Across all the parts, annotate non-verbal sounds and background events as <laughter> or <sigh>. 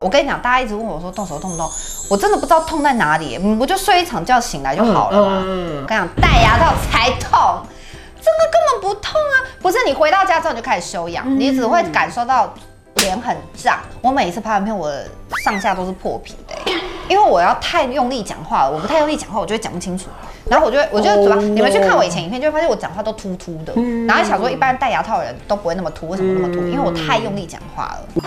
我跟你讲，大家一直问我说动手痛不痛，我真的不知道痛在哪里，嗯我就睡一场觉醒来就好了嗯嘛。我跟你讲，戴牙套才痛，这个根本不痛啊！不是你回到家之后你就开始休养，你只会感受到脸很胀。我每一次拍完片，我的上下都是破皮的欸、因为我要太用力讲话了，我不太用力讲话，我就会讲不清楚。然后我就会我就会嘴巴 Oh no 你们去看我以前影片，就会发现我讲话都突突的。然后想说，一般戴牙套的人都不会那么突，为什么那么突？因为我太用力讲话了。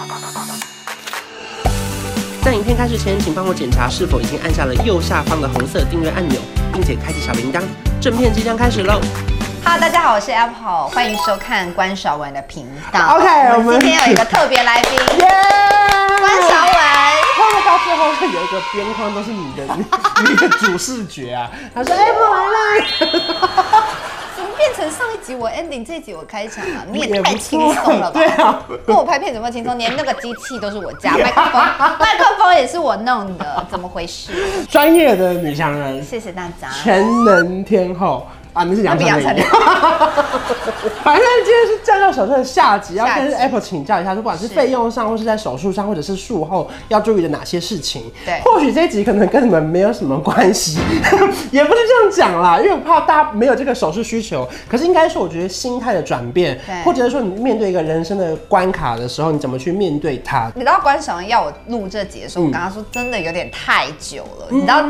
在影片开始前，请帮我检查是否已经按下了右下方的红色订阅按钮，并且开启小铃铛。正片即将开始喽！ Hello，大家好，我是 Apple，欢迎收看关少文的频道。 OK，我们今天有一个特别 <laughs> 来宾，耶！关关少文。会不会到最后会有一个边框都是你的你 <laughs> 的主视觉啊？他说：“哎、不来了。怎么变成上一集我 ending，这一集我开场啊？你也也不太轻松了吧？错对啊跟我拍片怎么轻松？连那个机器都是我家，麦克 <laughs> 风，麦克风也是我弄的，怎么回事？”专业的女强人，谢谢大家。啊全能天后啊，你是杨丞我比杨丞琳琳。 <laughs> 反正今天是家教手术的下集，要下集跟 Apple 请教一下，不管是是费用上，或是在手术上，或者是术后要注意的哪些事情。对或许这一集可能跟你们没有什么关系， <laughs> 也不是这样讲啦，因为我怕大家没有这个手术需求。可是应该说，我觉得心态的转变对，或者是说你面对一个人生的关卡的时候，你怎么去面对它？你知道关晓雯要我录这集的时候，我跟她说真的有点太久了。你知道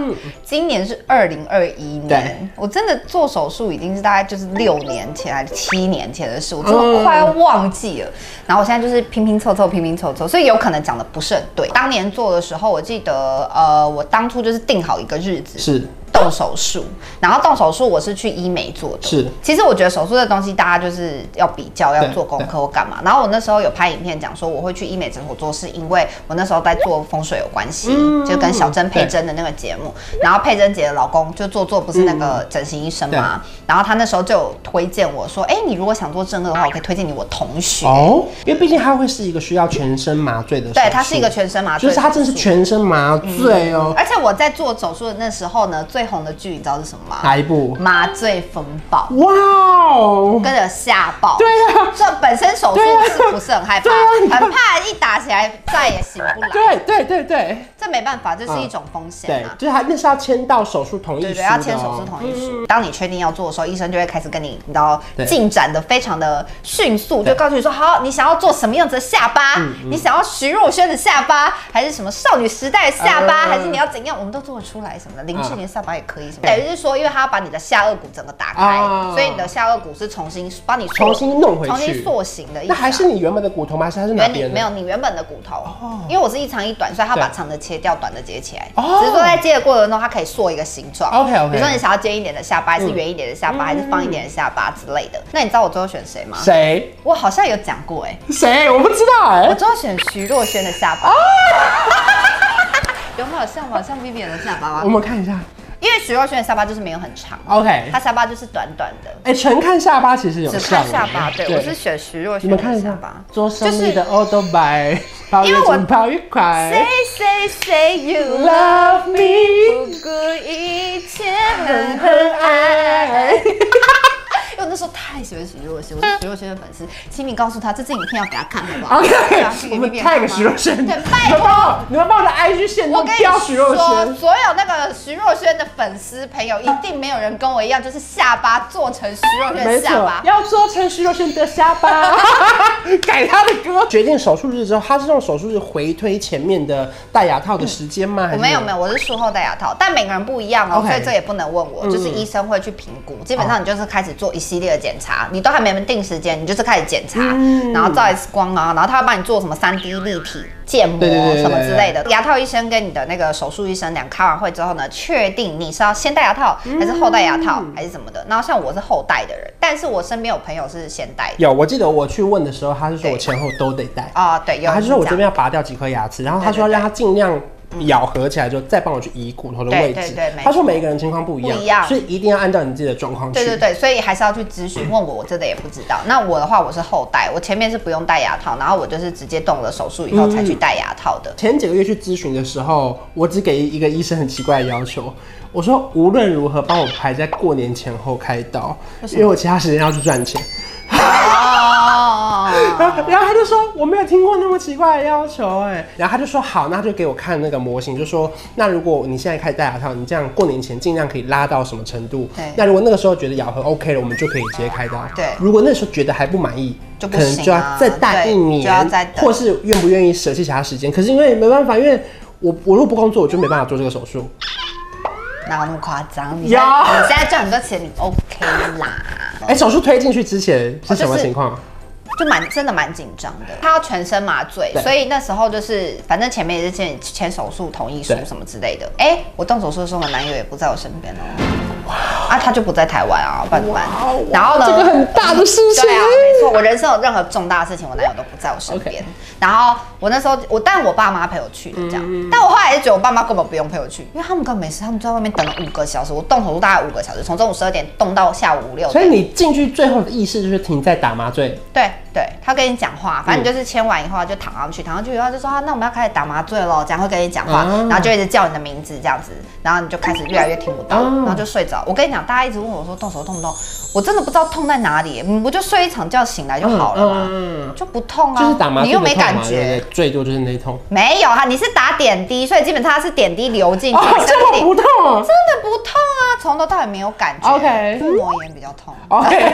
今年是二零二一对年，我真的做手术已经是大概就是六年前还是七年前的事，我真的快要忘记了。然后我现在就是拼拼凑凑，拼拼凑凑，所以有可能讲的不是很对。当年做的时候，我记得呃，我当初就是定好一个日子，是动手术，然后动手术我是去医美做的。是其实我觉得手术这东西大家就是要比较，要对做功课或干嘛。然后我那时候有拍影片讲说我会去医美诊所做，是因为我那时候在做风水有关系，嗯就跟小珍佩珍的那个节目。然后佩珍姐的老公就做做不是那嗯个整形医生嘛，然后他那时候就有推荐我说，哎，你如果想做正颚的话，我可以推荐你我同学。哦，因为毕竟它会是一个需要全身麻醉的手术。对，他是一个全身麻醉就手术，是嗯它真是全身麻醉哦。而且我在做手术的那时候呢，最红的剧你知道是什么吗？哪一部？麻醉风暴。哇哦！跟着吓爆。对啊这本身手术对啊是不是很害怕？对啊你看很怕一打起来再也醒不来。对对对对这没办法，这是一种风险对啊，。就是他那是要签到手术同意书对的对，哦要签手术同意书。当你确定要做的时候，医生就会开始跟你，你知道对进展的非常的迅速，就告诉你说，好，你想要做什么样子的下巴？嗯你想要徐若瑄的下巴，还是什么少女时代的下巴，嗯还是你要怎样？我们都做得出来什么的，林志嗯玲下巴也可以什么的。等于是说，因为他要把你的下颚骨整个打开，哦所以你的下颚骨是重新帮你重新弄回去重新塑形的意思那啊。还是你原本的骨头吗？还是它是哪原你边？没有。你原本的骨头，因为我是一长一短，所以他把对长的切掉，短的接起来。哦只是说在接的过程中，它可以塑一个形状。 OK，OK 比如说你想要尖一点的下巴，还嗯是圆一点的下巴，还是方一点的下巴之类的。那你知道我最后选谁吗？谁我好像有讲过哎，谁？啊我不知道哎、我最后选徐若瑄的下巴。 <laughs> 有没有像我像 Vivian 的下巴我吗？们看一下。因为徐若瑄的下巴就是没有很长， OK。哎、她下巴就是短短的。纯看下巴其实有只像看下巴，对我是选徐若你瑄们看的一下下巴，，做生意的就是 o l d by，抱因月为我紧抱越谁快谁谁 you love。 ，Love me， <laughs> 不顾一切狠狠爱。因为我那时候太喜欢徐若瑄，我是徐若瑄的粉丝，请你告诉她，这支影片要给她看，好不好 OK， <laughs> 要去给我们 Vivian 看 tag 吗徐若瑄，对，拜 <laughs> 你们托。帮我，你们帮我的 IG 线我都跟标徐你若说，瑄，所有那个徐若瑄的粉丝朋友，一定没有人跟我一样，就是下巴做成徐若瑄没的错下巴，。要做成徐若瑄的下巴， <laughs> 改他的歌。决定手术日之后，他是用手术日回推前面的戴牙套的时间吗？嗯我还是没有没有，我是术后戴牙套，但每个人不一样哦 OK 嗯所以这也不能问我，就是医生会去评估。基本上你就是开始做一系列的检哦查，你都还没定时间，你就是开始检查，嗯然后照 X 光啊，然后他会帮你做什么三 D 立体建模对对对对什么之类的。牙套医生跟你的那个手术医生俩开完会之后呢，确定你是要先戴牙套嗯还是后戴牙套还是什么的。然后像我是后戴的人，但是我身边有朋友是先戴的有，我记得我去问的时候，他是说对我前后都得戴。啊，对，有然后他人就是说我这这样边要拔掉几颗牙齿，然后他对对说要让他尽量咬合起来之后，再帮我去移骨头的位置。对对对没他说每一个人情况不一样，不一样所以一定要按照你自己的状况去。对对对，所以还是要去咨询。问我，我真的也不知道。那我的话，我是后戴，我前面是不用戴牙套，然后我就是直接动了手术以后才去戴牙套的。前几个月去咨询的时候，我只给一个医生很奇怪的要求，我说无论如何帮我排在过年前后开刀，因为我其他时间要去赚钱。哦， <laughs> 然后然后他就说我没有听过那么奇怪的要求哎，然后他就说好，那他就给我看那个模型，就说那如果你现在开始戴牙套，你这样过年前尽量可以拉到什么程度对？那如果那个时候觉得咬合 OK 了，我们就可以直接开刀。对如果那时候觉得还不满意，就不可能就行要啊再待一对年，就要再等或是愿不愿意舍弃其他时间。可是因为没办法，因为我我如果不工作，我就没办法做这个手术。 <laughs> 哪有那么夸张？你现在有你现在赚很多钱，你 OK 啦？哎，手术推进去之前是什么就是情况？就蛮真的蛮紧张的，他要全身麻醉，对所以那时候就是反正前面也是签签手术同意书对什么之类的。哎、我动手术的时候，我男友也不在我身边哦，啊，他就不在台湾啊，不然怎么办？然后呢？哦这个很大的事情。对啊，没错，我人生有任何重大的事情，我男友都不在我身边。然后我那时候，我但我爸妈陪我去的这样，嗯但我后来也觉得我爸妈根本不用陪我去，因为他们根本没事，他们就在外面等了五个小时，我动手术大概五个小时，从中午十二点动到下午五六点。所以你进去最后的意识就是停在打麻醉。对对，他跟你讲嗯话，反正你就是签完以后就躺上去，躺上去以后就说啊，那我们要开始打麻醉了，这样会跟你讲话，啊然后就一直叫你的名字这样子，然后你就开始越来越听不到，啊然后就睡着。我跟你讲，大家一直问我说动手动不动，我真的不知道痛在哪里，嗯我就睡一场觉醒来就好了嘛，嗯，就不痛啊，就是打麻醉的痛嘛你又没感觉。对不对最多就是那一痛。没有啊，你是打点滴，所以基本上它是点滴流进去，哦，身这么体不痛啊真的不痛啊，从头到尾没有感觉。 OK 腹膜炎比较痛。 ？OK，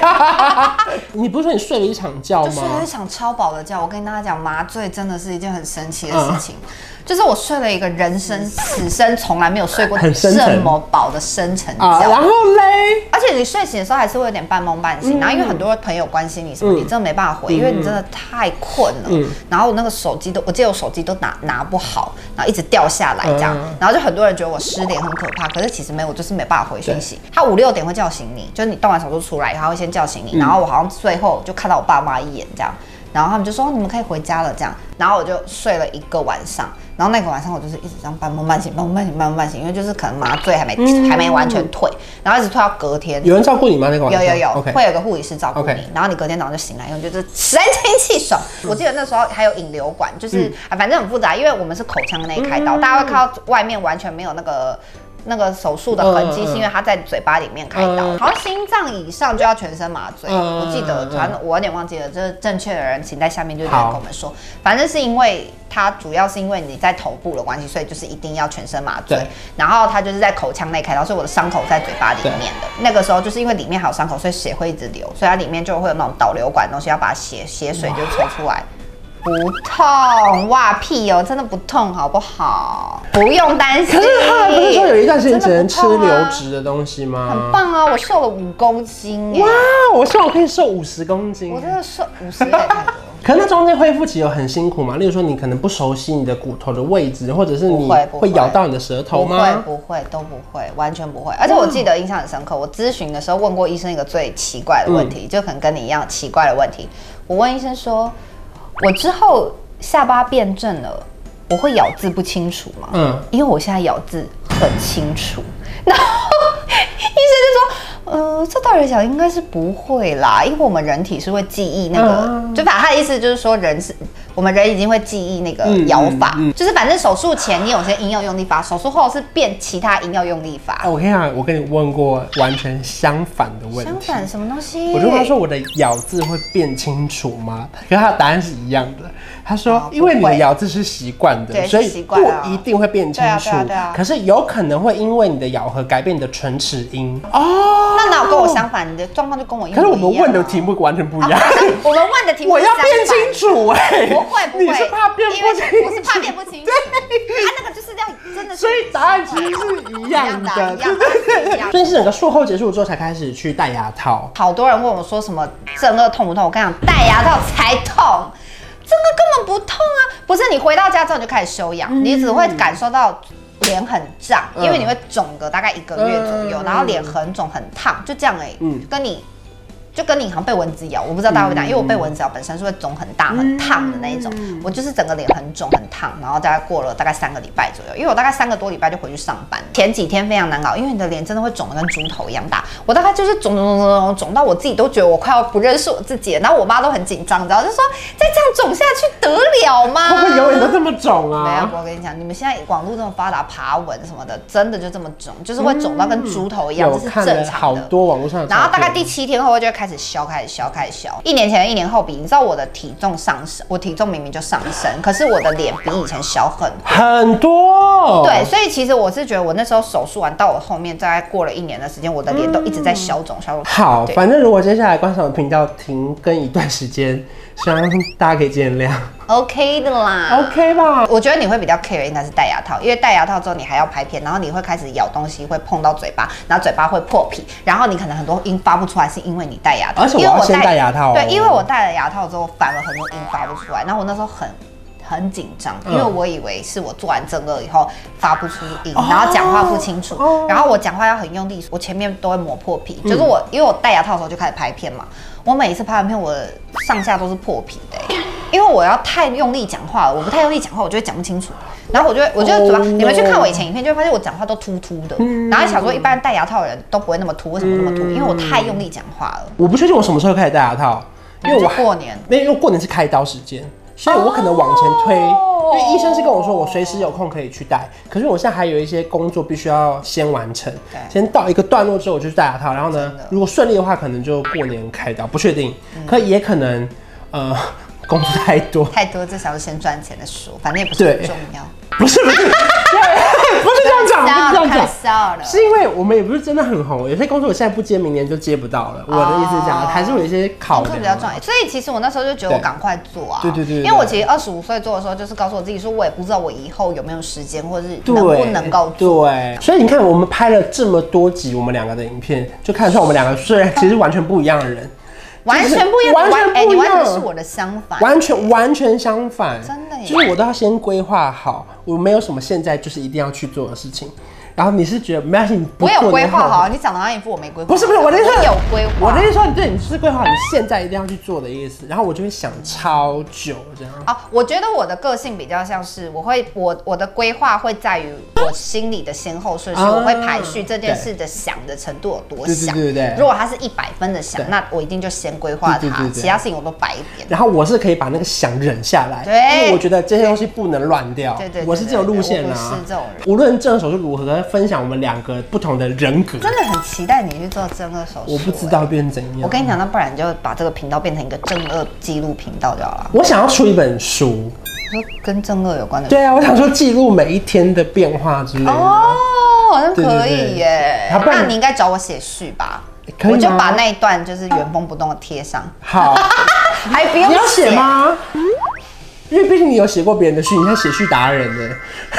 你 <laughs> 不是说你睡了一场觉就睡了一吗？场超饱的觉。我跟大家讲，麻醉真的是一件很神奇的事情，嗯就是我睡了一个人生此生从来没有睡过 <laughs> 很深这沉么饱的深沉啊，觉。然后嘞，而且你睡醒的时候还是会有点半梦半嗯醒，然后啊因为很多朋友关心你什么，你真的没办法回，因为你真的太困了。嗯然后我那个手机都，我记得我手机都拿拿不好，然后一直掉下来这样，嗯然后就很多人觉得我失联很可怕，可是其实没有，我就是没办法回讯息。他五六点会叫醒你，就是你动完手术出来，他会先叫醒你，然后我好像最后就看到我爸妈一眼这样。然后他们就说哦你们可以回家了这样，然后我就睡了一个晚上，然后那个晚上我就是一直这样半梦半醒，半梦半醒，半梦半醒，因为就是可能麻醉还没、还没完全退，然后一直退到隔天，有人照顾你吗？那个晚有上有有 OK，会有个护理师照顾你 OK 然后你隔天早上就醒来以后，你就是神清气爽。我记得那时候还有引流管，就是、啊，反正很复杂，因为我们是口腔内开刀，大家会看到外面完全没有那个。那个手术的痕迹嗯嗯是因为他在嘴巴里面开刀，嗯好像心脏以上就要全身麻醉，嗯我记得嗯，嗯反正我有点忘记了，就是正确的人请在下面就留言好跟我们说，反正是因为它主要是因为你在头部的关系，所以就是一定要全身麻醉对，然后它就是在口腔内开刀，所以我的伤口在嘴巴里对面的。那个时候就是因为里面还有伤口，所以血会一直流，所以它里面就会有那种导流管的东西，要把血血水就抽出来。不痛哇屁哦，真的不痛好不好？不用担心。可是他不是说有一段时间只能吃真的不痛流啊质的东西很吗？棒啊，我瘦了五公斤耶哇，我希望我可以瘦五十公斤我。真的瘦五十有点太多。可是那中间恢复期有很辛苦吗？例如说你可能不熟悉你的骨头的位置，或者是你不会不会会咬到你的舌头不会吗？不会都不会，完全不会。而且我记得印象很深刻，我咨询的时候问过医生一个最奇怪的问题，嗯就可能跟你一样奇怪的问题。我问医生说，我之后下巴变正了，我会咬字不清楚吗？嗯因为我现在咬字很清楚。 <laughs> 然后医生就说，呃，这道理讲应该是不会啦，因为我们人体是会记忆那个，啊就反正他的意思就是说人是。我们人已经会记忆那个嗯咬法，嗯嗯就是反正手术前你有些引药用力法，手术后是变其他引药用力法哎。我跟你讲，我跟你问过完全相反的问题。相反什么东西？我就问他说：“我的咬字会变清楚吗？”可是他的答案是一样的。他说：“因为你啊不的会咬字是习惯对的，是所以习不惯啊一定会变清楚对啊对啊对啊。可是有可能会因为你的咬合改变你的唇齿音哦。那哪有跟我相反？你的状况就跟我一模可一是样我啊、们问的题目完全不一样。我们问的题目我是要相变反清楚哎、不会不会，你是怕变因为不清楚？我是怕变不清楚。他啊那个就是要真的是，所以答案其实是一样一样的的，一样的一样的所以是整个术后结束之后才开始去戴牙套。好多人问我说什么正颚痛不痛？我跟你讲，戴牙套才痛。这个根本不痛啊！不是你回到家之后你就开始休养，你只会感受到脸很胀，嗯因为你会肿个大概一个月左右，嗯然后脸很肿很烫，就这样而已。嗯跟你就跟你好像被蚊子咬，我不知道大家会不会这样，因为我被蚊子咬本身是会肿很大、很烫的那一种，我就是整个脸很肿、很烫，然后大概过了大概三个礼拜左右，因为我大概三个多礼拜就回去上班，前几天非常难搞，因为你的脸真的会肿的跟猪头一样大，我大概就是肿肿肿肿肿到我自己都觉得我快要不认识我自己了，然后我妈都很紧张，你知道，就说再这样肿下去得了吗？会不会永远都这么肿嗯没有啊，？我跟你讲，你们现在网络这么发达，爬文什么的，真的就这么肿，就是会肿到跟猪头一样，这有是看正了常好的。多网络上的照片，然后大概第七天后就会开始消，开始消，开始消。一年前、一年后比，你知道我的体重上升，我体重明明就上升，可是我的脸比以前小很多。很多，对，，所以其实我是觉得，我那时候手术完到我后面，大概过了一年的时间，我的脸都一直在消肿、消肿。好，对反正如果接下来观赏我频道停更一段时间， <laughs> 希望大家可以见谅，OK 的啦。 ，OK 吧？我觉得你会比较 care 应该是戴牙套，因为戴牙套之后你还要拍片，然后你会开始咬东西，会碰到嘴巴，然后嘴巴会破皮，然后你可能很多音发不出来，是因为你戴牙套。而且我因为要先戴牙套哦对，因为我戴了牙套之后，反而很多音发不出来。然后我那时候很。很紧张，因为嗯我以为是我做完正颚以后发不出音，哦然后讲话不清楚，然后我讲话要很用力，我前面都会磨破皮。嗯就是我因为我戴牙套的时候就开始拍片嘛，我每一次拍完片，我的上下都是破皮的欸、因为我要太用力讲话了，我不太用力讲话，我就会讲不清楚。然后我就会，我就会嘴巴 Oh no 你们去看我以前影片，就会发现我讲话都突突的。嗯然后想说，一般戴牙套的人都不会那么突，为什么那么突？因为我太用力讲话了。我不确定我什么时候开始戴牙套，因为就我过年，那因为过年是开刀时间，所以我可能往前推。哦因为医生是跟我说，我随时有空可以去戴，可是我现在还有一些工作必须要先完成对，先到一个段落之后我就去戴牙套，然后呢真的，嗯如果顺利的话，可能就过年开刀，不确定，可也可能，呃，工作太多， <laughs> 太多至少是先赚钱的书，反正也不是很对重要。不是不是，不是这样讲，不是这样太讲，笑了。是因为我们也不是真的很红，有些工作我现在不接，明年就接不到了。我的意思是这样，还是有一些考工作量。哦比较重要，所以其实我那时候就觉得我赶快做啊，对对对对对因为我其实二十五岁做的时候，就是告诉我自己说，我也不知道我以后有没有时间，或者是对，能不能够做。对，所以你看，我们拍了这么多集我们两个的影片，就看得出来我们两个虽然其实完全不一样的人，完全不一样，完全哎你不一完全样是我的相反。完全完全相反。哎真的耶就是我都要先规划好，我没有什么现在就是一定要去做的事情。然后你是觉得没关系，你不我有做规你划好，，啊你讲的好像一副我没规划。不是不是我的意思有规划。我的意思说，你对你就是规划好你现在一定要去做的意思，然后我就会想超久这样。啊，我觉得我的个性比较像是，我会我我的规划会在于我心里的先后顺序，啊我会排序这件对事的想的程度有多对对想。对对对如果它是一百分的想对，那我一定就先规划对对它，对对其他事情我都摆一边。然后我是可以把那个想忍下来，对因为我觉得这些东西不能乱掉。对对对我是这种路线对对对我啊，不是这种人无论正手是如何，分享我们两个不同的人格，真的很期待你去做正颚手术。我不知道会变成怎样。欸。我跟你讲，那不然你就把这个频道变成一个正颚记录频道就好了。我想要出一本书，我说跟正颚有关的。对啊，我想说记录每一天的变化之类的。哦，好像可对对以对耶。好不然那你应该找我写序吧。可以吗我就把那一段就是原封不动的贴上， <laughs> 好，还不用你要写？吗？因为毕竟你有写过别人的序，你现在写序达人呢。 <laughs>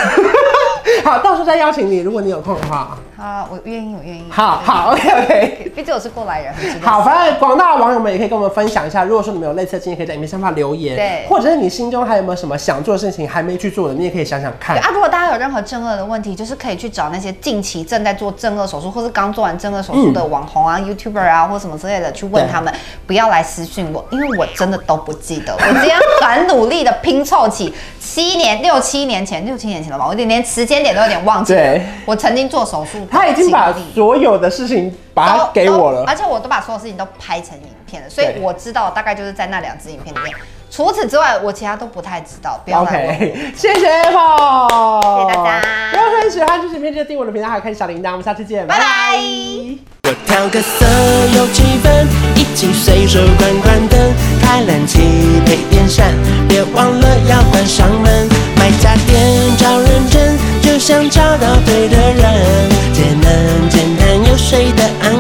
好，到时候再邀请你，如果你有空的话。好，啊我愿意，我愿意。好好，OK OK。毕竟我是过来人，很知道。好，反正广大的网友们也可以跟我们分享一下，如果说你们有类似的经验，可以在影片下方留言，对或者是你心中还有没有什么想做的事情还没去做的，你也可以想想看对。啊，如果大家有任何正颚的问题，就是可以去找那些近期正在做正颚手术，或是刚做完正颚手术的网红啊、YouTuber 啊，或什么之类的，去问对他们，不要来私讯我，因为我真的都不记得。我今天很努力的拼凑起七年、六七年前、六七年前了吧，我有点连时间点都有点忘记了对我曾经做手术的经历，他已经把所有的事情把它都啊给我都了，而且我都把所有事情都拍成影片了，所以对我知道大概就是在那两支影片里面。除此之外，我其他都不太知道，不要来问我。 OK，谢谢 Apple，谢谢大家如果说你喜欢这支影片，记得订阅我的频道，还有开小铃铛，我们下次见，拜拜我调个色，有气氛，一起随手关关灯，开冷气配电扇，别忘了要关上门。买家电找认真，就像找到对的人，简单简单又睡得安